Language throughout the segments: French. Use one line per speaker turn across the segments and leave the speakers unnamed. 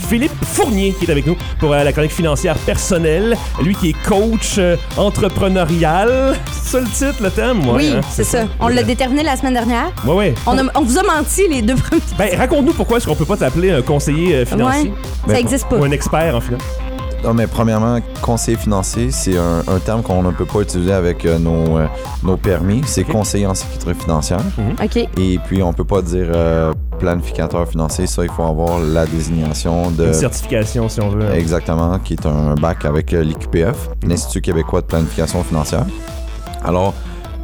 Philippe Fournier qui est avec nous pour euh, la chronique financière personnelle. Lui qui est coach euh, entrepreneurial. C'est ça le titre, le thème? Ouais,
oui,
hein,
c'est ça. On l'a déterminé la semaine dernière.
Ouais, ouais.
On, a- on vous a menti les deux premiers.
Ben, raconte-nous pourquoi est-ce qu'on peut pas t'appeler un conseiller euh, financier.
Ouais,
Ben,
ça existe pas.
Ou un expert en finance.
Non, mais premièrement, conseiller financier, c'est un, un terme qu'on ne peut pas utiliser avec euh, nos, euh, nos permis. C'est conseiller en sécurité financière.
OK.
Et puis, on peut pas dire euh, planificateur financier. Ça, il faut avoir la désignation de...
Une certification, si on veut.
Exactement, qui est un bac avec euh, l'IQPF, l'Institut québécois de planification financière. Alors,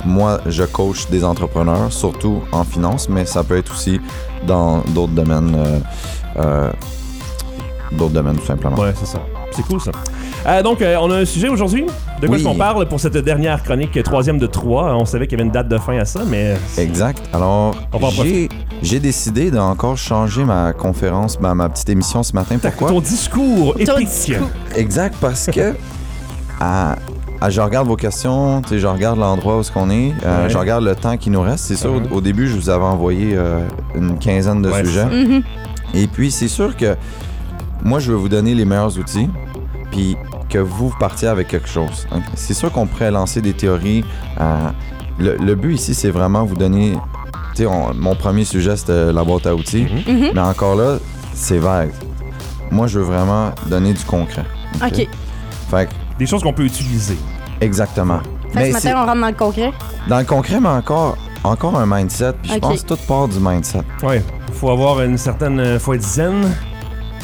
moi, je coach des entrepreneurs, surtout en finance, mais ça peut être aussi dans d'autres domaines. euh, euh, d'autres domaines, tout simplement.
Ouais, c'est ça. C'est cool, ça. Euh, donc, euh, on a un sujet aujourd'hui. De quoi
Oui.
on parle pour cette dernière chronique euh, troisième de trois? On savait qu'il y avait une date de fin à ça, mais...
Exact. Alors,
On va en
j'ai- j'ai décidé d'encore changer ma conférence, ma, ma petite émission ce matin. Pourquoi?
Ton discours épique.
Ton discours.
Exact, parce que à- à- je regarde vos questions, tu sais, je regarde l'endroit où ce qu'on est, euh,
Ouais.
je regarde le temps qui nous reste. C'est sûr,
Mhm.
au début, je vous avais envoyé euh, une quinzaine de
Ouais,
sujets.
Mhm.
Et puis, c'est sûr que moi, je veux vous donner les meilleurs outils, puis que vous partiez avec quelque chose. hein. C'est sûr qu'on pourrait lancer des théories. euh, le, le but ici, c'est vraiment vous donner. Tu sais, on- mon premier sujet, c'était la boîte à outils,
Mhm.
mais encore là, c'est vague. Moi, je veux vraiment donner du concret.
OK. Fait
Fait que,
Des choses qu'on peut utiliser.
exactement.
que ce
Ben,
matin,
c'est-
on rentre dans le concret.
dans le concret, mais encore, encore un mindset, puis
Ok.
je pense que tout part du mindset.
Ouais. Faut avoir une certaine... euh, Faut être zen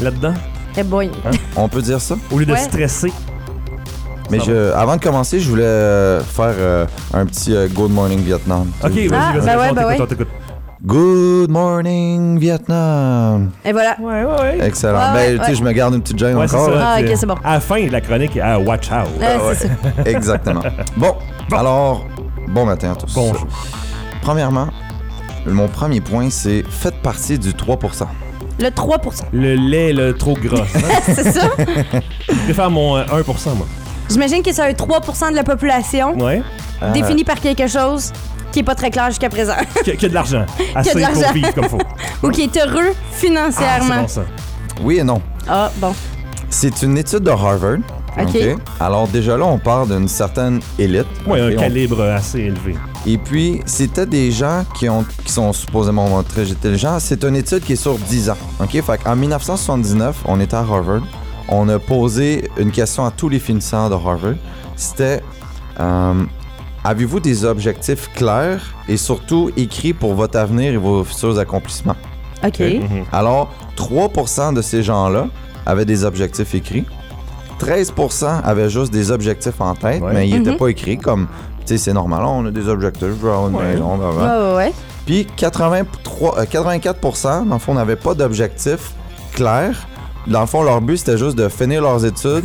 là-dedans,
Eh boy.
On peut dire ça?
au lieu de
Ouais.
stresser.
Mais
Ça
je, avant de commencer, je voulais euh, faire euh, un petit euh, Good Morning Vietnam.
OK, vas-y, vas-y,
Ah, bah
vas-y,
ouais,
on
bah
t'écoute,
ouais.
on t'écoute.
Good Morning Vietnam.
Et voilà.
Ouais, ouais, ouais.
Ouais, ouais,
Excellent. ben, tu sais,
ouais.
je me garde une petite gêne
Ouais, c'est
encore. là.
ça.
Ah, ok,
Euh,
c'est bon.
À la fin de la chronique, à Watch Out.
Ah, c'est ça.
Exactement. Bon, alors, bon matin à tous.
Bonjour.
Premièrement, mon premier point, c'est faites partie du 3%.
Le 3
Le lait, le trop gras.
c'est ça?
Je préfère mon euh, 1%, moi.
J'imagine que c'est un 3 de la population
Ouais.
Euh,
définie par quelque chose qui est pas très clair jusqu'à présent
Que, que de l'argent. Assez pour
l'argent.
vivre comme faut.
ou qui est heureux
Ah, c'est
financièrement.
bon, ça.
Oui et non.
Ah, bon.
C'est une étude de Harvard.
Ok.
ok? Alors, déjà là, on parle d'une certaine élite.
Ouais, un
Ok, on-
calibre assez élevé.
Et puis, c'était des gens qui, ont, qui sont supposément très intelligents. C'est une étude qui est sur 10 ans. OK? Fait en 1979, on était à Harvard. On a posé une question à tous les finissants de Harvard. C'était euh, Avez-vous des objectifs clairs et surtout écrits pour votre avenir et vos futurs accomplissements?
Ah, OK.
Mhm.
Alors, 3 de ces gens-là avaient des objectifs écrits. 13 avaient juste des objectifs en tête,
Ouais.
mais ils n'étaient
Mhm.
pas écrits comme, tu sais, c'est normal, on a des objectifs, je veux avoir une
Ouais.
maison, blah, blah,
Ouais,
blah.
ouais, ouais.
Puis 83, euh, 84 dans le fond, n'avaient pas d'objectifs clairs. Dans le fond, leur but, c'était juste de finir leurs études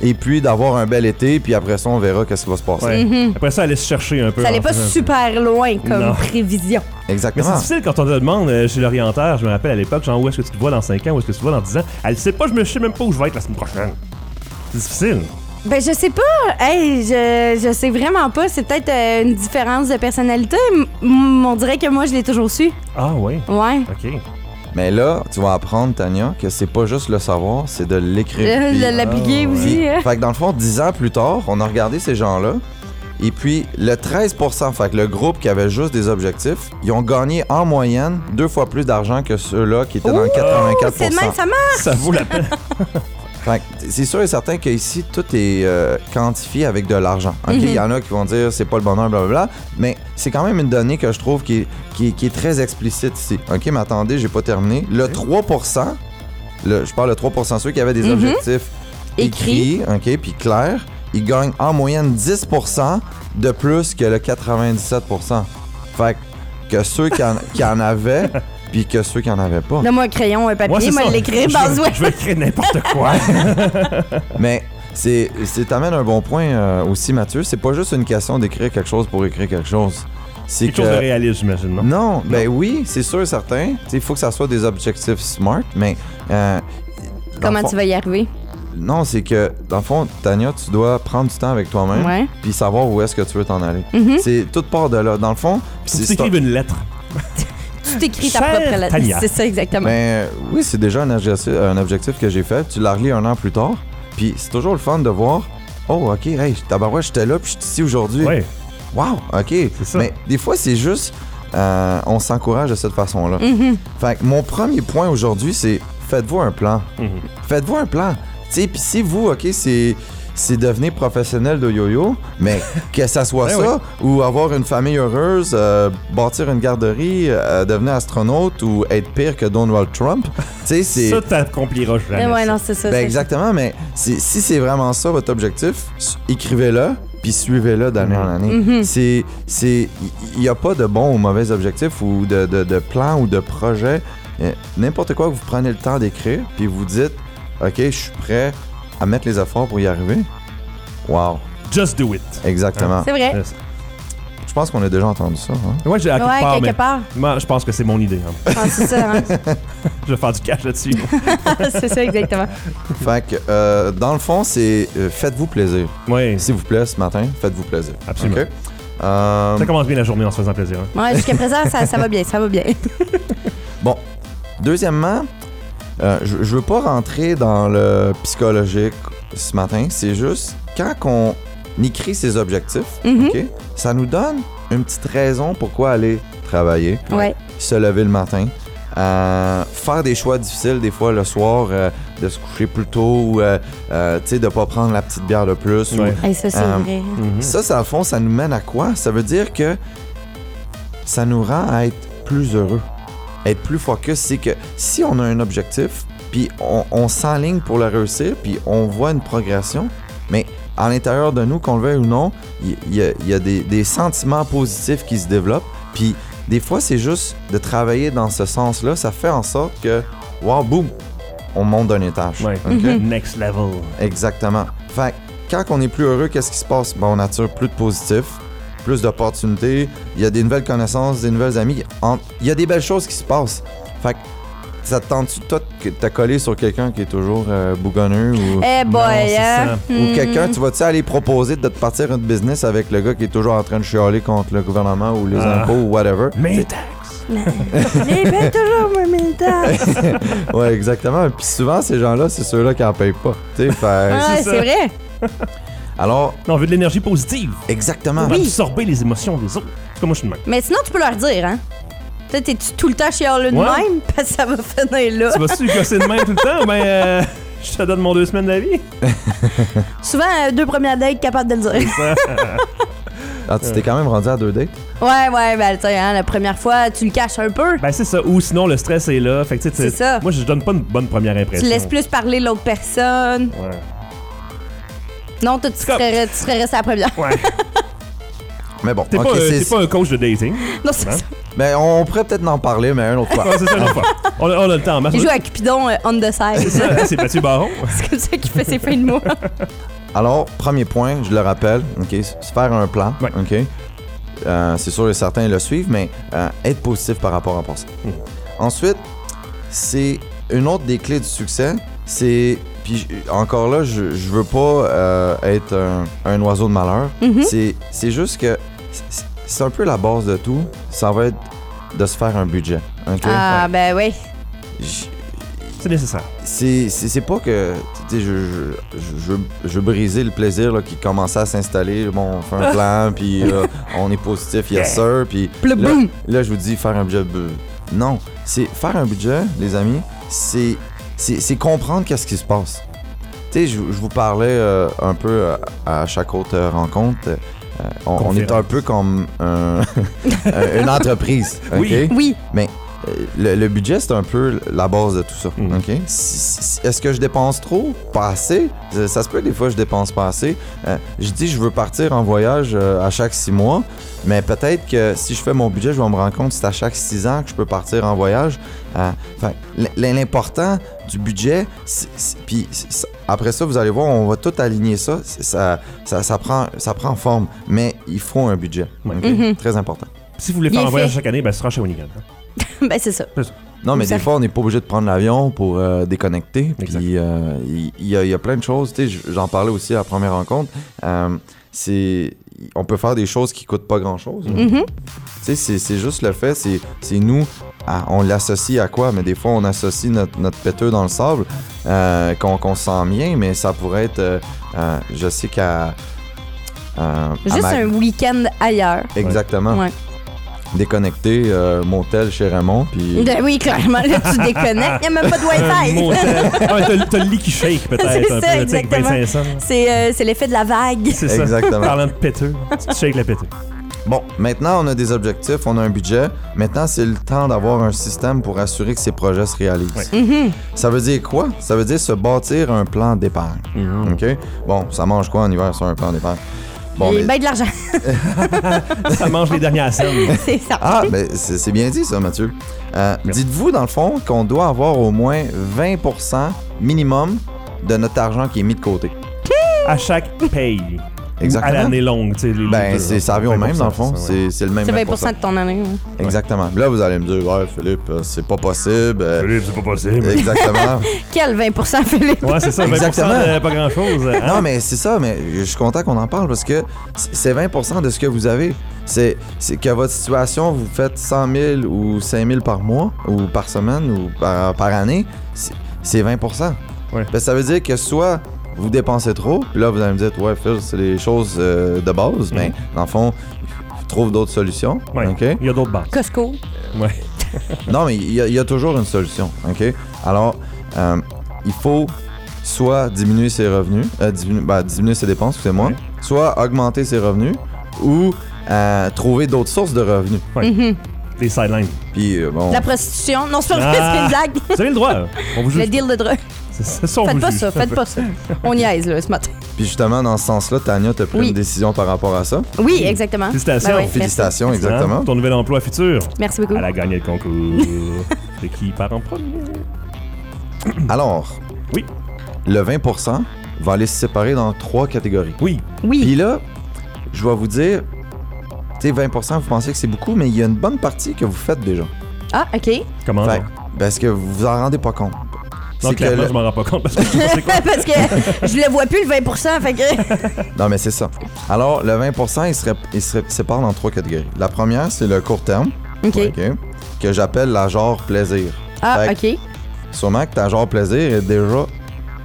et puis d'avoir un bel été, puis après ça, on verra qu'est-ce qui va se passer.
Ouais.
Mhm.
Après ça, aller se chercher un peu.
Ça allait
en
pas
faisant un peu.
super loin comme
Non.
prévision.
Mais c'est
Exactement.
difficile quand on te demande euh, chez l'orienteur, je me rappelle à l'époque, genre où est-ce que tu te vois dans 5 ans, où est-ce que tu te vois dans 10 ans. Elle sait pas, je me sais même pas où je vais être la semaine prochaine. C'est difficile.
Ben, je sais pas. Hey, je, je sais vraiment pas. C'est peut-être euh, une différence de personnalité. M- m- on dirait que moi, je l'ai toujours su.
Ah ouais.
Ouais.
OK.
Mais là, tu vas apprendre, Tania, que c'est pas juste le savoir, c'est de
Eh
l'écrire.
Euh,
Puis-
le- L'appliquer
Ah,
aussi. hein.
Fait que dans le fond, 10 ans plus tard, on a regardé ces gens-là. Et puis, le 13 fait que le groupe qui avait juste des objectifs, ils ont gagné en moyenne deux fois plus d'argent que ceux-là qui étaient dans le 84
C'est de même, ça marche.
Ça vaut la peine.
Fait que c'est sûr et certain qu'ici, tout est euh, quantifié avec de l'argent. OK? Il y en a qui vont dire c'est pas le bonheur, blablabla. Mais c'est quand même une donnée que je trouve qui est, qui est- qui est très explicite ici. OK? Mais attendez, j'ai pas terminé. Le 3 le- je parle de 3 ceux qui avaient des
Mhm.
objectifs écrits, OK? Puis clairs, ils gagnent en moyenne 10 de plus que le 97 Fait que- que ceux qui en, qui en avaient, puis que ceux qui en avaient pas.
Donne-moi un crayon, un
Moi,
papier,
c'est
moi,
ça.
l'écrire.
Je-
Ben, ouais.
Je je vais écrire n'importe quoi.
Mais c'est, c'est t'amène un bon point euh, aussi, Mathieu. C'est pas juste une question d'écrire quelque chose pour écrire quelque chose. C'est
Quelque chose de réaliste, j'imagine, non?
non, ben oui, c'est sûr et certain. Tu sais, Il faut que ça soit des objectifs smart, mais. euh, dans
Comment
le fond-
tu vas y arriver?
Non, c'est que, dans le fond, Tania, tu dois prendre du temps avec toi-même
Hein?
Ouais.
puis savoir où est-ce que tu veux t'en aller.
Mhm.
C'est toute part de là. Dans le fond,
Faut que
c'est,
tu
c'est un-
écrives une lettre.
tu t'écris ta propre
Cher
lettre.
Tania.
C'est ça, exactement.
Mais euh, oui, c'est déjà un objectif, un objectif que j'ai fait. Tu la relis un an plus tard. Puis c'est toujours le fun de voir. Oh, ok, hey, tabarouette, j'étais là, puis je suis ici aujourd'hui.
Ouais.
Wow, ok.
ça.
Mais des fois, c'est juste, euh, on s'encourage de cette façon-là. Fait que mon premier point aujourd'hui, c'est faites-vous un plan.
Mhm.
Faites-vous un plan. Tu sais, puis si vous, ok, c'est c'est devenir professionnel de yo-yo, mais que ça soit
Ben
ça, ou avoir une famille heureuse, euh, bâtir une garderie, euh, devenir astronaute ou être pire que Donald Trump, tu sais, c'est...
Ça, t'accompliras jamais.
Mais ouais,
ça.
non, c'est ça.
Ben
c'est
exactement, mais c'est- si c'est vraiment ça votre objectif, s- écrivez-le puis suivez-le d'année
Mhm.
en année.
Mhm.
C'est c'est il n'y a pas de bon ou mauvais objectif ou de, de, de plan ou de projet. Euh, N'importe quoi que vous prenez le temps d'écrire puis vous dites OK, je suis prêt à mettre les efforts pour y arriver. Wow,
Just do it.
exactement.
ça. C'est vrai.
Euh,
Je pense qu'on a déjà entendu ça. hein?
Ouais, j'ai à quelque
ouais,
part, mais
quelque part.
moi, je pense que c'est mon idée. hein.
Je pense que c'est ça, hein.
Je vais faire du cash là-dessus.
c'est ça, exactement.
fait que euh, dans le fond, c'est euh, faites-vous plaisir.
Ouais,
S'il vous plaît, ce matin, faites-vous plaisir.
absolument.
OK? Euh,
Ça commence bien la journée en se faisant plaisir. hein.
Ouais, jusqu'à présent, ça, ça va bien, ça va bien.
Bon. Deuxièmement, euh, je, je veux pas rentrer dans le psychologique ce matin. C'est juste quand on écrit ses objectifs,
Mhm.
OK, ça nous donne une petite raison pourquoi aller travailler,
Ouais.
se lever le matin. euh, faire des choix difficiles des fois le soir, euh, de se coucher plus tôt, ou euh, euh, tu sais, de pas prendre la petite bière de plus. ou-
Ouais.
Et ça, c'est
Euh,
vrai.
Mhm.
ça, ça, au fond, ça nous mène à quoi? Ça veut dire que ça nous rend à être plus heureux, être plus focus. C'est que si on a un objectif, puis on, on s'enligne pour le réussir, puis on voit une progression, mais à l'intérieur de nous, qu'on le veuille ou non, il il y, a- il y a des, des sentiments positifs qui se développent. Puis des fois, c'est juste de travailler dans ce sens-là. Ça fait en sorte que, wow, boum, on monte d'un étage.
Ouais.
OK?
Next level.
Exactement. Fait que quand on est plus heureux, qu'est-ce qui se passe? Ben, on attire plus de positif, plus d'opportunités, il y a des nouvelles connaissances, des nouvelles amies. En- Il y a des belles choses qui se passent. Fait que ça te tente-tu, toi, de te coller sur quelqu'un qui est toujours euh, bougonneux ou.
Eh boy,
Non, c'est
hein.
ça.
Ou quelqu'un, tu vas-tu aller proposer de te partir une business avec le gars qui est toujours en train de chialer contre le gouvernement ou les
Ah.
impôts ou whatever?
Mais
Les belles toujours, moi, Milton.
ouais, exactement. Puis souvent, ces gens-là, c'est ceux-là qui en payent pas. Tu sais, fait-
Ah,
c'est ça.
c'est vrai.
Alors,
on veut de l'énergie positive.
exactement.
Ah.
On va absorber les émotions des autres. C'est comme moi, je suis de même.
Mais sinon, tu peux leur dire, hein. Peut-être t'es-tu tout le temps chez Orlune
Ouais.
même, parce que ça va finir là.
Tu vas-tu casser de main tout le temps? Ben, euh, je te donne mon deux semaines d'avis.
Souvent, euh, deux premières dates, capable de le dire.
Ah, tu t'es quand même rendu à deux dates?
ouais, ouais, ben, tu sais, hein, la première fois, tu le caches un peu.
Ben, c'est ça. Ou sinon, le stress est là. Fait que, tu sais,
C'est
tu-
ça.
Moi, je donne pas une bonne première
tu
impression.
laisses plus parler l'autre personne.
Ouais.
Non, toi, tu
comme-
serais, tu serais resté à la première.
Ouais.
Mais bon,
T'es
ok,
pas, euh,
c'est-
t'es pas un coach de dating.
Non, c'est
Hein?
ça.
Mais on pourrait peut-être en parler, mais un autre fois.
Ouais, c'est ça, une autre fois. On, a, on a le temps en masse.
Il joue à Cupidon euh, on the side.
Ça, C'est Mathieu Baron.
c'est comme ça qu'il fait ses fins de mois.
Alors, premier point, je le rappelle, ok, se faire un plan,
Ouais.
ok. Euh, c'est sûr et certains le suivent, mais euh, être positif par rapport à ça.
Mhm.
Ensuite, c'est une autre des clés du succès, c'est puis je- encore là, je, je veux pas euh, être un, un oiseau de malheur.
Mhm.
C'est c'est juste que c'est- c'est un peu la base de tout. Ça va être de se faire un budget, ok.
Ah, ben oui.
J-
C'est nécessaire.
c'est c'est- c'est pas que tu sais, je, je, je, je- je brisais le plaisir là, qui commençait à s'installer. Bon, on fait un plan, puis euh, on est positif, yes sir. Puis
Le
là,
boom.
là, je vous dis faire un budget. euh, Non, c'est faire un budget, les amis, c'est c'est c'est comprendre qu'est-ce qui se passe. Tu sais, je, je vous parlais euh, un peu euh, à chaque autre euh, rencontre. euh, on, on est un peu comme un- une entreprise. ok?
Oui.
Oui.
Euh, le, le budget, c'est un peu la base de tout ça.
Mm.
OK? Si- si- Est-ce que je dépense trop? Pas assez? Ça, ça se peut, des fois, je dépense pas assez. Euh, je dis, je veux partir en voyage euh, à chaque six mois, mais peut-être que si je fais mon budget, je vais me rendre compte que c'est à chaque six ans que je peux partir en voyage. Euh, fait que l- l- L'important du budget, c'est- c'est- puis c'est- ça- après ça, vous allez voir, on va tout aligner ça. C'est- Ça, ça, ça prend, ça prend forme, mais il faut un budget.
Ouais.
OK?
Mhm.
Très important.
Si vous voulez
Bien
faire un
fait.
voyage chaque année, ben, ce sera chez Winigan. hein.
ben, c'est ça.
Non, mais des
Exact.
fois, on n'est pas obligé de prendre l'avion pour euh, déconnecter.
Exact.
Puis euh, il il y, a- il y a plein de choses. Tu sais, j- j'en parlais aussi à la première rencontre. Euh, c'est on peut faire des choses qui coûtent pas grand-chose. là.
Mhm.
Tu sais, c'est- c'est juste le fait, c'est c'est nous, à- on l'associe à quoi? Mais des fois, on associe notre, notre péteux dans le sable, euh, qu'on qu'on sent bien, mais ça pourrait être, euh, euh, je sais qu'à... euh,
Ah,
à
Juste
Mag-
ben.
un week-end ailleurs.
Exactement.
Ouais.
Déconnecté, euh, motel chez Raymond, puis...
Ben oui, clairement, là, tu déconnectes, il n'y a même pas de
Mm. Un
Wi-Fi.
motel. Ah, t'as t'as le lit qui shake, peut-être.
C'est
un
ça,
peu, tu sais, avec
exactement.
25 cents.
C'est euh, c'est l'effet de la vague.
C'est ça.
Exactement.
Parlant de péteux, tu te shakes la péteux.
Bon, maintenant on a des objectifs, on a un budget. Maintenant, c'est le temps d'avoir un système pour assurer que ces projets se réalisent.
Mhm.
Ça veut dire quoi? Ça veut dire se bâtir un plan d'épargne.
Mm.
OK? Bon, ça mange quoi en hiver sur un plan d'épargne? Bon,
Et ben
mais-
de l'argent,
Ça mange les dernières scènes.
c'est ça.
Ah, mais c'est c'est bien dit ça, Mathieu. Euh,
Merci.
Dites-vous, dans le fond, qu'on doit avoir au moins 20 minimum de notre argent qui est mis de côté.
À chaque paye. À
Exactement.
l'année longue, tu sais. les-
Ben,
les-
c'est ça revient au même, dans le
20%,
fond.
ça, ouais.
C'est c'est le même
c'est
20%.
20 de ton année. ouais.
Exactement. Là, vous allez me dire, ouais, Philippe, euh, c'est pas possible. euh,
Philippe, c'est pas possible.
Exactement.
Quel 20 Philippe?
Ouais, c'est ça, 20%,
Exactement.
euh, pas grand-chose. hein.
Non, mais c'est ça, mais je suis content qu'on en parle parce que c- c'est 20 de ce que vous avez. C'est c'est que votre situation, vous faites 100 000 ou 5 000 par mois, ou par semaine, ou par, par année, c'est- c'est 20
Ouais.
Parce que Ben, ça veut dire que soit vous dépensez trop, puis là, vous allez me dire, ouais, Phil, c'est les choses euh, de base, mais dans le fond, trouve d'autres solutions.
Mm-hmm. Ouais,
OK?
Il y a d'autres bases.
Costco.
Ouais.
Non, mais il y, a- il y a toujours une solution, OK? Alors, euh, il faut soit diminuer ses revenus, euh, diminu- ben, diminuer ses dépenses, excusez-moi,
Ouais.
soit augmenter ses revenus ou euh, trouver d'autres sources de revenus.
Mhm.
Les sidelines.
Puis, euh, bon,
La prostitution. Non, c'est pas vrai,
Ah.
c'est une blague.
Vous avez le droit. hein. On vous
Le
juge.
deal de drogue.
C'est- C'est ça, on
Faites
vous
pas
juge.
ça, faites pas ça. On y aise, là, ce matin.
puis justement, dans ce sens-là, Tania, t'as pris
Oui.
une décision par rapport à ça.
Oui, exactement.
Félicitations.
Ben ouais, merci.
Félicitations,
Hein,
exactement.
Ton nouvel emploi futur.
Merci beaucoup.
Elle a gagné le concours. C'est qui part en premier?
Alors,
Oui.
le 20 va aller se séparer dans trois catégories.
Oui.
Puis
Oui.
là, je vais vous dire, tu sais, 20 vous pensez que c'est beaucoup, mais il y a une bonne partie que vous faites déjà.
Ah, OK.
Comment?
Fait
donc?
que- parce que vous vous en rendez pas compte.
Non,
C'est que
clairement,
le-
je m'en rends pas compte parce que je pensais quoi?
Parce que je le vois plus, le 20 fait que...
Non, mais c'est ça. Alors, le 20 il se, il se sépare dans trois catégories. La première, c'est le court terme,
OK.
OK, que j'appelle la genre plaisir.
Ah,
Fait
OK.
Sûrement que ta genre plaisir est déjà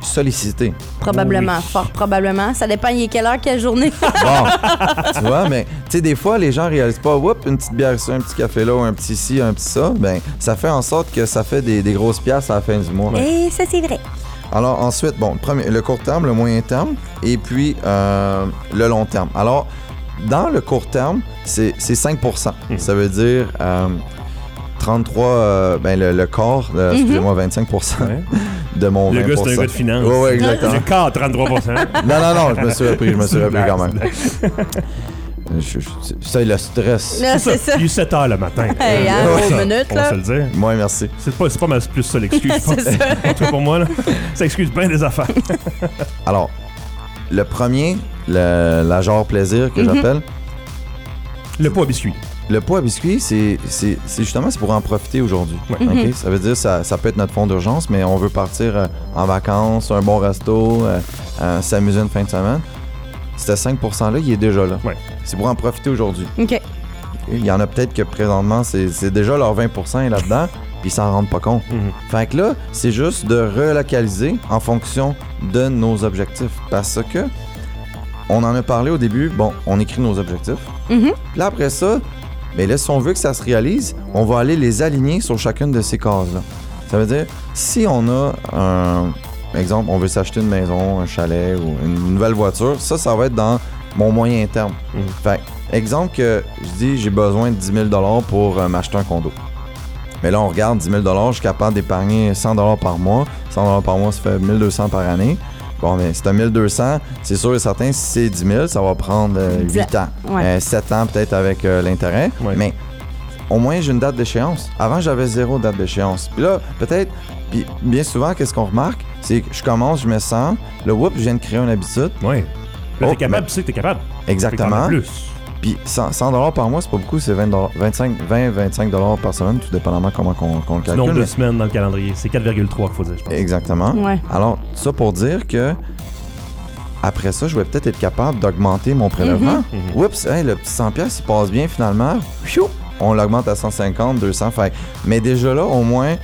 sollicitée.
Probablement,
Oui.
fort probablement. Ça dépend, il est quelle heure, quelle journée.
Bon, tu vois, mais tu sais, des fois, les gens réalisent pas, Oups, une petite bière ici, un petit café là, ou un petit ci, un petit ça. Ben, ça fait en sorte que ça fait des, des grosses pièces à la fin du mois.
Et Eh, ça, c'est vrai.
Alors ensuite, bon, le, premier- le court terme, le moyen terme et puis euh, le long terme. Alors, dans le court terme, c'est c'est 5
Mhm.
Ça veut dire euh, 33, euh, ben le, le corps, euh,
Mhm.
excusez-moi, 25
Ouais.
de mon
Le
20
gars, c'est un gars de finance.
Oui, oui,
J'ai
exactement.
encore 33
non, non, non, je me suis repris, je me suis
C'est
repris
une
quand
blague,
même. Je- je- c'est le stress.
Là, Ah, c'est ça.
Il est 7 h le matin.
Hey, hein,
Ouais,
aux
ça,
minutes,
on va
là.
se le dire.
Moi, merci.
C'est pas, c'est pas mal plus ça l'excuse. je pense.
c'est ça.
En tout cas, pour moi, là, ça excuse bien des affaires.
Alors, le premier, le, la genre plaisir que
Mhm.
j'appelle,
Le pot à biscuit.
Le pot à biscuit, c'est c'est- c'est justement c'est pour en profiter aujourd'hui.
Ouais. Mm-hmm.
OK? Ça veut dire ça, ça peut être notre fonds d'urgence, mais on veut partir euh, en vacances, un bon resto, euh, euh, s'amuser une fin de semaine. C'était 5 %-là, il est déjà là.
Ouais.
C'est pour en profiter aujourd'hui.
OK.
Il y en a peut-être que présentement, c'est c'est déjà leur 20 est là-dedans, puis ils s'en rendent pas compte. Fait que là, c'est juste de relocaliser en fonction de nos objectifs. Parce que, on en a parlé au début, bon, on écrit nos objectifs.
Mhm.
Puis là, après ça, mais là, si on veut que ça se réalise, on va aller les aligner sur chacune de ces cases-là. Ça veut dire, si on a un. Exemple, on veut s'acheter une maison, un chalet ou une nouvelle voiture, ça, ça va être dans mon moyen terme.
Mhm.
Fait que, exemple que je dis, j'ai besoin de 10 000 pour euh, m'acheter un condo. Mais là, on regarde 10 000 je suis capable d'épargner 100 par mois. 100 par mois, ça fait 1200 par année. Bon, mais c'est un 1200, c'est sûr et certain, si c'est 10 000, ça va prendre euh,
Dix
8 ans.
Ouais.
7 ans peut-être avec euh, l'intérêt.
Ouais.
Mais au moins, j'ai une date d'échéance. Avant, j'avais zéro date d'échéance. Puis là, peut-être, puis bien souvent, qu'est-ce qu'on remarque? C'est que je commence, je me sens, le whoop, je viens de créer une habitude.
Ouais. Là, t'es
Oh,
capable,
mais-
tu sais que t'es capable.
Exactement.
Fait que t'en as plus.
Puis 100, 100 par mois, c'est pas beaucoup, c'est 20, 25, 20, 25 dollars par semaine, tout dépendamment comment qu'on qu'on le
Le
calcule.
nombre de
mais-
semaines dans le calendrier. C'est 4,3 qu'il faut dire, je pense.
Exactement.
Ouais.
Alors, ça pour dire que Après ça, je vais peut-être être capable d'augmenter mon prélèvement.
Mhm.
Oups, hey, le petit 100 pièces, il passe bien finalement. Pfiou! on l'augmente à 150, 200. Fait. Mais déjà là, au moins,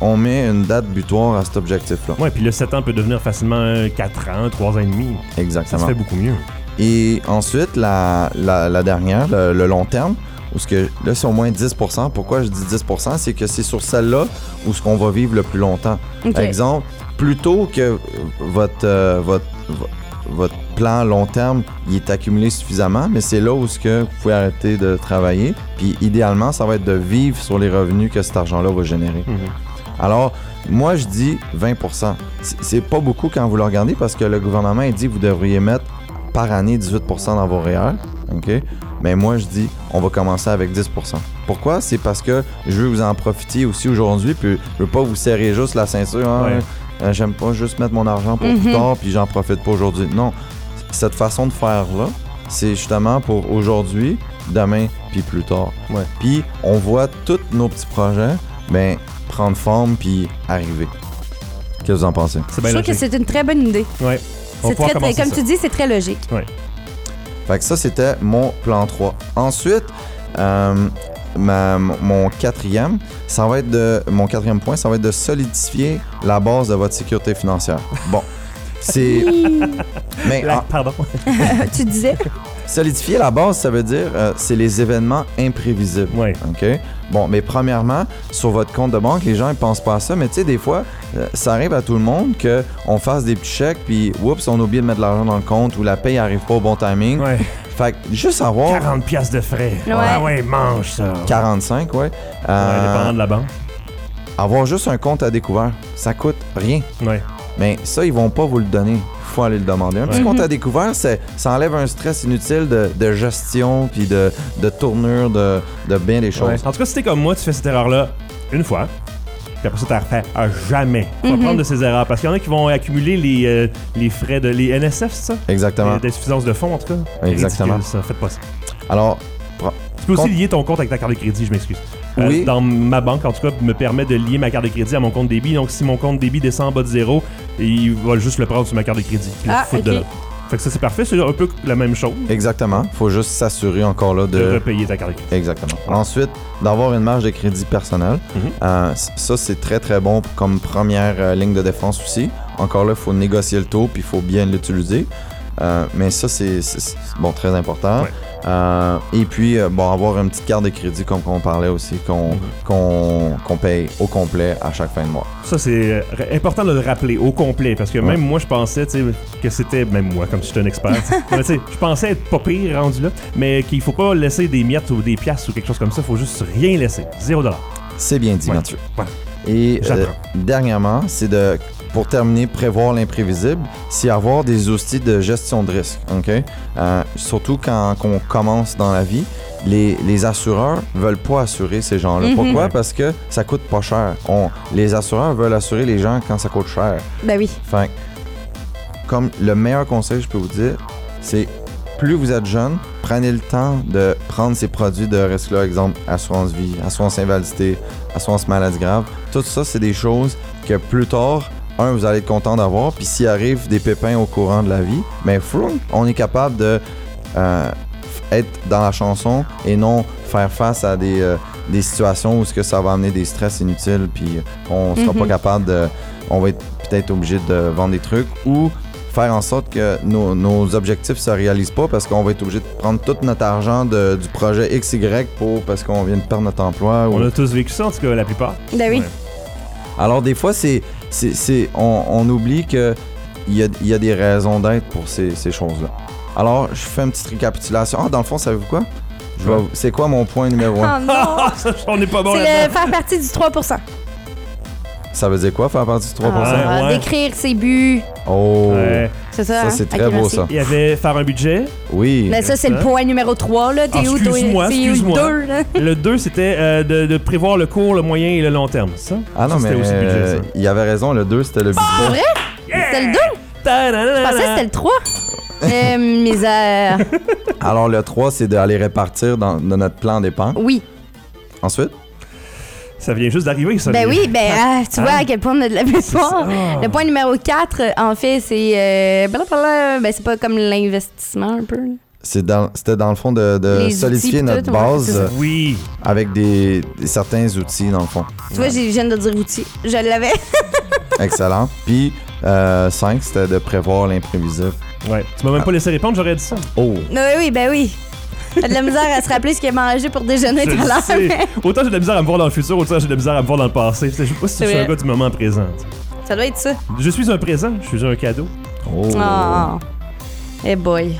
on met une date butoir à cet objectif-là.
Ouais, puis le 7 ans peut devenir facilement 4 ans, 3 ans et demi. Ça se
Exactement.
fait beaucoup mieux.
Et ensuite, la, la, la dernière, le, le long terme, où ce que là, c'est au moins 10 Pourquoi je dis 10 C'est que c'est sur celle-là où ce qu'on va vivre le plus longtemps.
OK.
Par
Ben,
exemple, plutôt que euh, votre, euh, votre, vo- votre plan long terme il est accumulé suffisamment, mais c'est là où ce que vous pouvez arrêter de travailler. Puis idéalement, ça va être de vivre sur les revenus que cet argent-là va générer.
Mhm.
Alors, moi, je dis 20 C'est- C'est pas beaucoup quand vous le regardez parce que le gouvernement il dit que vous devriez mettre par année 18 dans vos REER. OK? Mais moi, je dis, on va commencer avec 10 Pourquoi? C'est parce que je veux que vous en profitiez aussi aujourd'hui, puis je veux pas vous serrer juste la ceinture. hein.
Ouais.
Euh, J'aime pas juste mettre mon argent pour
Mhm.
plus tard, puis j'en profite pas aujourd'hui. Non. Cette façon de faire-là, c'est justement pour aujourd'hui, demain, puis plus tard.
Ouais.
Puis on voit tous nos petits projets, ben, prendre forme puis arriver. Qu'est-ce que vous en pensez?
C'est
Je
bien
trouve que
logique.
c'est une très bonne idée.
Ouais. On va
C'est
pouvoir
très, très-
commencer
comme
ça.
tu dis, c'est très logique.
Fait que ça, c'était mon plan 3. Ensuite, euh, ma- mon quatrième, ça va être de. Mon quatrième point, ça va être de solidifier la base de votre sécurité financière. Bon. C'est. Mais
La-
en-
Pardon.
tu disais,
solidifier la base, ça veut dire euh, c'est les événements imprévisibles.
Ouais.
OK? Bon, mais premièrement, sur votre compte de banque, les gens ils pensent pas à ça, mais tu sais, des fois, euh, ça arrive à tout le monde que on fasse des petits chèques, puis oups, on oublie de mettre de l'argent dans le compte ou la paye arrive pas au bon timing.
Ouais.
Fait que juste avoir
40 piastres de frais.
Ouais.
Ah ouais, mange ça.
45, ouais.
Ouais,
Euh,
dépendant de la banque.
avoir juste un compte à découvert, ça coûte rien.
Ouais.
Mais ça, ils vont pas vous le donner. Il faut aller le demander. Un petit
Ouais.
compte à découvert, c'est- ça enlève un stress inutile de, de gestion, puis de, de tournure, de, de bien des choses.
Ouais. En tout cas, si t'es comme moi, tu fais cette erreur-là une fois. Puis après ça, t'as refait à jamais. Faut
Mhm.
prendre de ces erreurs. Parce qu'il y en a qui vont accumuler les, euh, les frais de. Les NSF, c'est ça?
Exactement.
Les- D'insuffisance de fonds, en tout cas. C'est
Exactement.
ridicule, ça. Faites pas ça.
Alors,
Tu peux aussi
Compte-
lier ton compte avec ta carte de crédit, je m'excuse. Euh,
Oui.
Dans ma banque, en tout cas, me permet de lier ma carte de crédit à mon compte débit. Donc, si mon compte débit descend en bas de zéro, il va juste le prendre sur ma carte de crédit. puis le
Ah,
foutre de
ok.
là. Fait que ça, c'est parfait. C'est un peu la même chose
exactement. faut juste s'assurer encore là
de
de.
repayer ta carte de crédit.
Exactement. Ensuite, d'avoir une marge de crédit personnelle.
Ah. Mhm.
Euh, c- ça, c'est très, très bon pour- comme première euh, ligne de défense aussi. Encore là, il faut négocier le taux, puis il faut bien l'utiliser. Euh, mais ça, c'est c'est- c'est- bon, très important.
Ouais.
Euh, et puis, euh, bon, avoir une petite carte de crédit, comme on parlait aussi, qu'on
Mhm.
qu'on- qu'on paye au complet à chaque fin de mois.
Ça, c'est euh, r- important de le rappeler au complet parce que
Ouais.
même moi, je pensais tu sais, que c'était, même moi, comme si j'étais un expert, tu sais. Mais tu sais, je pensais être pas pire rendu là, mais qu'il faut pas laisser des miettes ou des piastres ou quelque chose comme ça, faut juste rien laisser. Zéro dollar.
C'est bien dit,
Ouais.
Mathieu.
Ouais.
Et
J'apprends.
euh, dernièrement, c'est de, pour terminer, prévoir l'imprévisible, c'est avoir des outils de gestion de risque. OK? Euh, surtout quand on commence dans la vie, les, les assureurs veulent pas assurer ces gens-là.
Mhm.
Pourquoi? Parce que ça coûte pas cher. On, les assureurs veulent assurer les gens quand ça coûte cher.
ben oui.
Fait que, comme le meilleur conseil que je peux vous dire, c'est plus vous êtes jeune, prenez le temps de prendre ces produits de risque-là, exemple assurance vie, assurance invalidité, assurance maladie grave. Tout ça, c'est des choses que plus tard, un, vous allez être content d'avoir, puis s'il arrive des pépins au courant de la vie, ben, floum, on est capable de euh, être dans la chanson et non faire face à des, euh, des situations où ce que ça va amener des stress inutiles, puis on sera
Mhm.
pas capable de. On va être peut-être obligé de vendre des trucs ou faire en sorte que nos, nos objectifs se réalisent pas parce qu'on va être obligé de prendre tout notre argent de- du projet XY pour parce qu'on vient de perdre notre emploi. ou-
On a tous vécu ça, en tout cas, la plupart.
Ben oui.
Ouais.
Alors des fois, c'est, c'est, c'est- on, on oublie que il y a, il y a des raisons d'être pour ces, ces choses-là. Alors, je fais une petite récapitulation. Ah, dans le fond, savez-vous quoi? Je vais-
Ouais.
C'est quoi mon point numéro
Oh
un?
non!
Ah, ça, on n'est pas bon
c'est
là-dedans.
le faire partie du 3
Ça veut dire quoi, faire partie du 3%?
Ah, ouais.
Décrire ses buts.
Oh!
Ouais.
C'est ça.
Ça,
hein?
c'est
Ok,
très beau,
merci.
ça.
Il y avait faire un budget.
Oui.
Mais ça, c'est le
Ça.
point numéro 3, là. T'es
Hein? Ah,
où, toi?
excuse-moi,
T'es où,
excuse-moi.
deux, là?
Le 2, c'était euh, de, de prévoir le court, le moyen et le long terme. Ça,
Ah non,
Ça,
mais
c'était aussi budget,
euh, il y avait raison, le 2, c'était le budget.
vrai? C'était le 2?
ça.
Je pensais que c'était le 3. Euh, misère.
Alors, le 3, c'est d'aller répartir dans, dans notre plan d'épargne.
Oui.
Ensuite,
Ça vient juste d'arriver, ça.
Ben
les-
oui, ben ah, tu
Hein?
vois à quel point on a de la mémoire.
ça.
Le point numéro 4, en fait, c'est. euh, blablabla, ben, c'est pas comme l'investissement un peu. là.
C'est dans- C'était dans, le fond de, de
Les outils
solidifier
pis
notre
tout, ouais,
base
c'est ça.
euh,
Oui.
avec des, des- certains outils, dans le fond.
Tu vois, j'ai- je viens de dire outil. Je l'avais.
Excellent. Puis, 5, c'était de prévoir l'imprévisible.
Ouais. Tu m'as même pas laissé répondre, j'aurais dit ça.
Oh!
Ben oui, ben oui. J'ai de la misère à se rappeler ce qu'il a mangé pour déjeuner
Je
tout à
le
l'heure.
sais.
mais
Autant j'ai de la misère à me voir dans le futur, autant j'ai de la misère à me voir dans le passé. Je sais pas si
C'est
je suis un
vrai.
gars du moment présent. tu sais.
Ça doit être ça.
Je suis un présent, je suis un cadeau.
Oh!
Oh. Eh boy.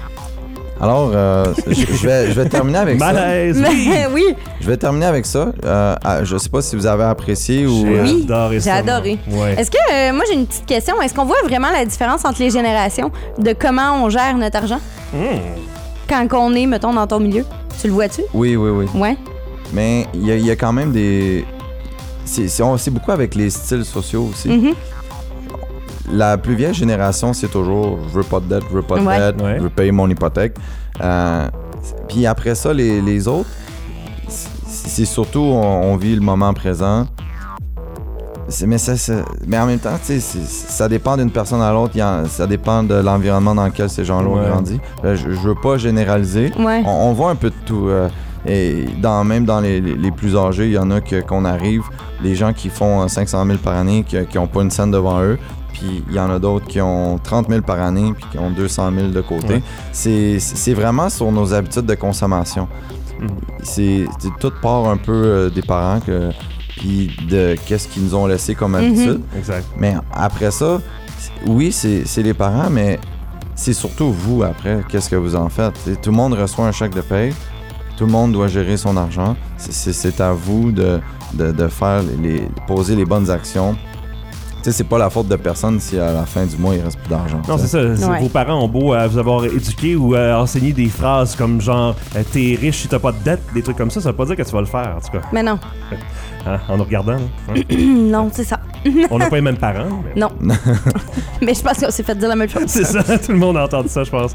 Alors, euh, je, je vais, je vais terminer avec ça.
Malaise. Oui.
Mais oui,
Je vais terminer avec ça. Euh, ah, je sais pas si vous avez apprécié ou... euh,
J'ai
Oui,
adoré ça.
j'ai adoré.
moi. Ouais.
Est-ce que, euh, moi j'ai une petite question, est-ce qu'on voit vraiment la différence entre les générations de comment on gère notre argent
Mmh.
quand on est, mettons, dans ton milieu? Tu le vois-tu?
Oui, oui, oui.
Ouais.
Mais il y, a- il y a quand même des... C'est c'est- on- c'est beaucoup avec les styles sociaux aussi.
Mhm.
La plus vieille génération, c'est toujours « je veux pas de dette, je veux pas de
Ouais.
dette,
Ouais.
je veux payer mon hypothèque Euh, Puis après ça, les, les autres, c'est- c'est surtout on, on vit le moment présent. C'est- Mais, ça, ça- mais en même temps, tu sais, c'est- ça dépend d'une personne à l'autre, il y en- ça dépend de l'environnement dans lequel ces gens-là ont
Ouais.
grandi. Euh, Je, je veux pas généraliser.
Ouais.
On, on voit un peu de tout. euh, et dans, même dans les, les- les plus âgés, il y en a que- qu'on arrive, les gens qui font euh, 500 000 par année, que- qui n'ont pas une scène devant eux, puis il y en a d'autres qui ont 30 000 par année, puis qui ont 200 000 de côté.
Ouais.
C'est- C'est vraiment sur nos habitudes de consommation.
Mhm.
C'est c'est tout part un peu euh, des parents, que, puis de qu'est-ce qu'ils nous ont laissé comme habitude.
Exact.
Mais après ça, c'est- oui, c'est c'est les parents, mais c'est surtout vous après, qu'est-ce que vous en faites. T'sais, tout le monde reçoit un chèque de paie, tout le monde doit gérer son argent. C'est- C'est c'est à vous de, de, de faire les, les- poser les bonnes actions. Tu sais, c'est pas la faute de personne si à la fin du mois il reste plus d'argent.
Non, c'est
t'sais.
ça. c'est-
Ouais.
Vos parents ont beau euh, vous avoir éduqué ou euh, enseigné des phrases comme genre euh, t'es riche si t'as pas de dette, des trucs comme ça, ça veut pas dire que tu vas le faire, en tout cas.
Mais non.
Hein, En nous regardant, là. Hein?
non, c'est ça.
on n'a pas les mêmes parents. mais-
Non. mais je pense qu'on s'est fait dire la même chose.
C'est ça, tout le monde a entendu ça, je pense.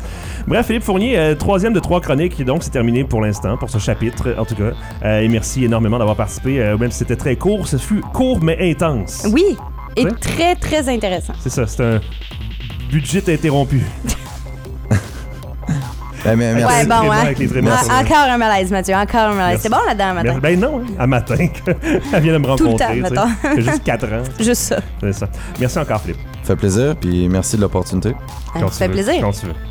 Bref, Philippe Fournier, euh, troisième de trois chroniques, et donc c'est terminé pour l'instant, pour ce chapitre, euh, en tout cas. Euh, et merci énormément d'avoir participé, euh, même si c'était très court, ce fut court mais intense.
Oui. Et
Ouais.
très, très intéressant.
C'est ça, c'est un budget interrompu.
Ben, mais merci.
Ouais, bon,
trémas,
hein.
avec les trémas.
Ah, encore un malaise, Mathieu. Encore un malaise.
Merci.
C'est bon là-dedans, matin.
Merci. Ben non, hein, à matin, elle vient de me
Tout
rencontrer.
le temps,
tu sais.
mettons.
Ça fait juste 4 ans,
Juste ça.
c'est ça. Merci encore, Philippe.
Ça fait plaisir, puis merci de l'opportunité.
Ah,
Quand
Ça
tu
fait
veux,
plaisir.
Quand tu veux.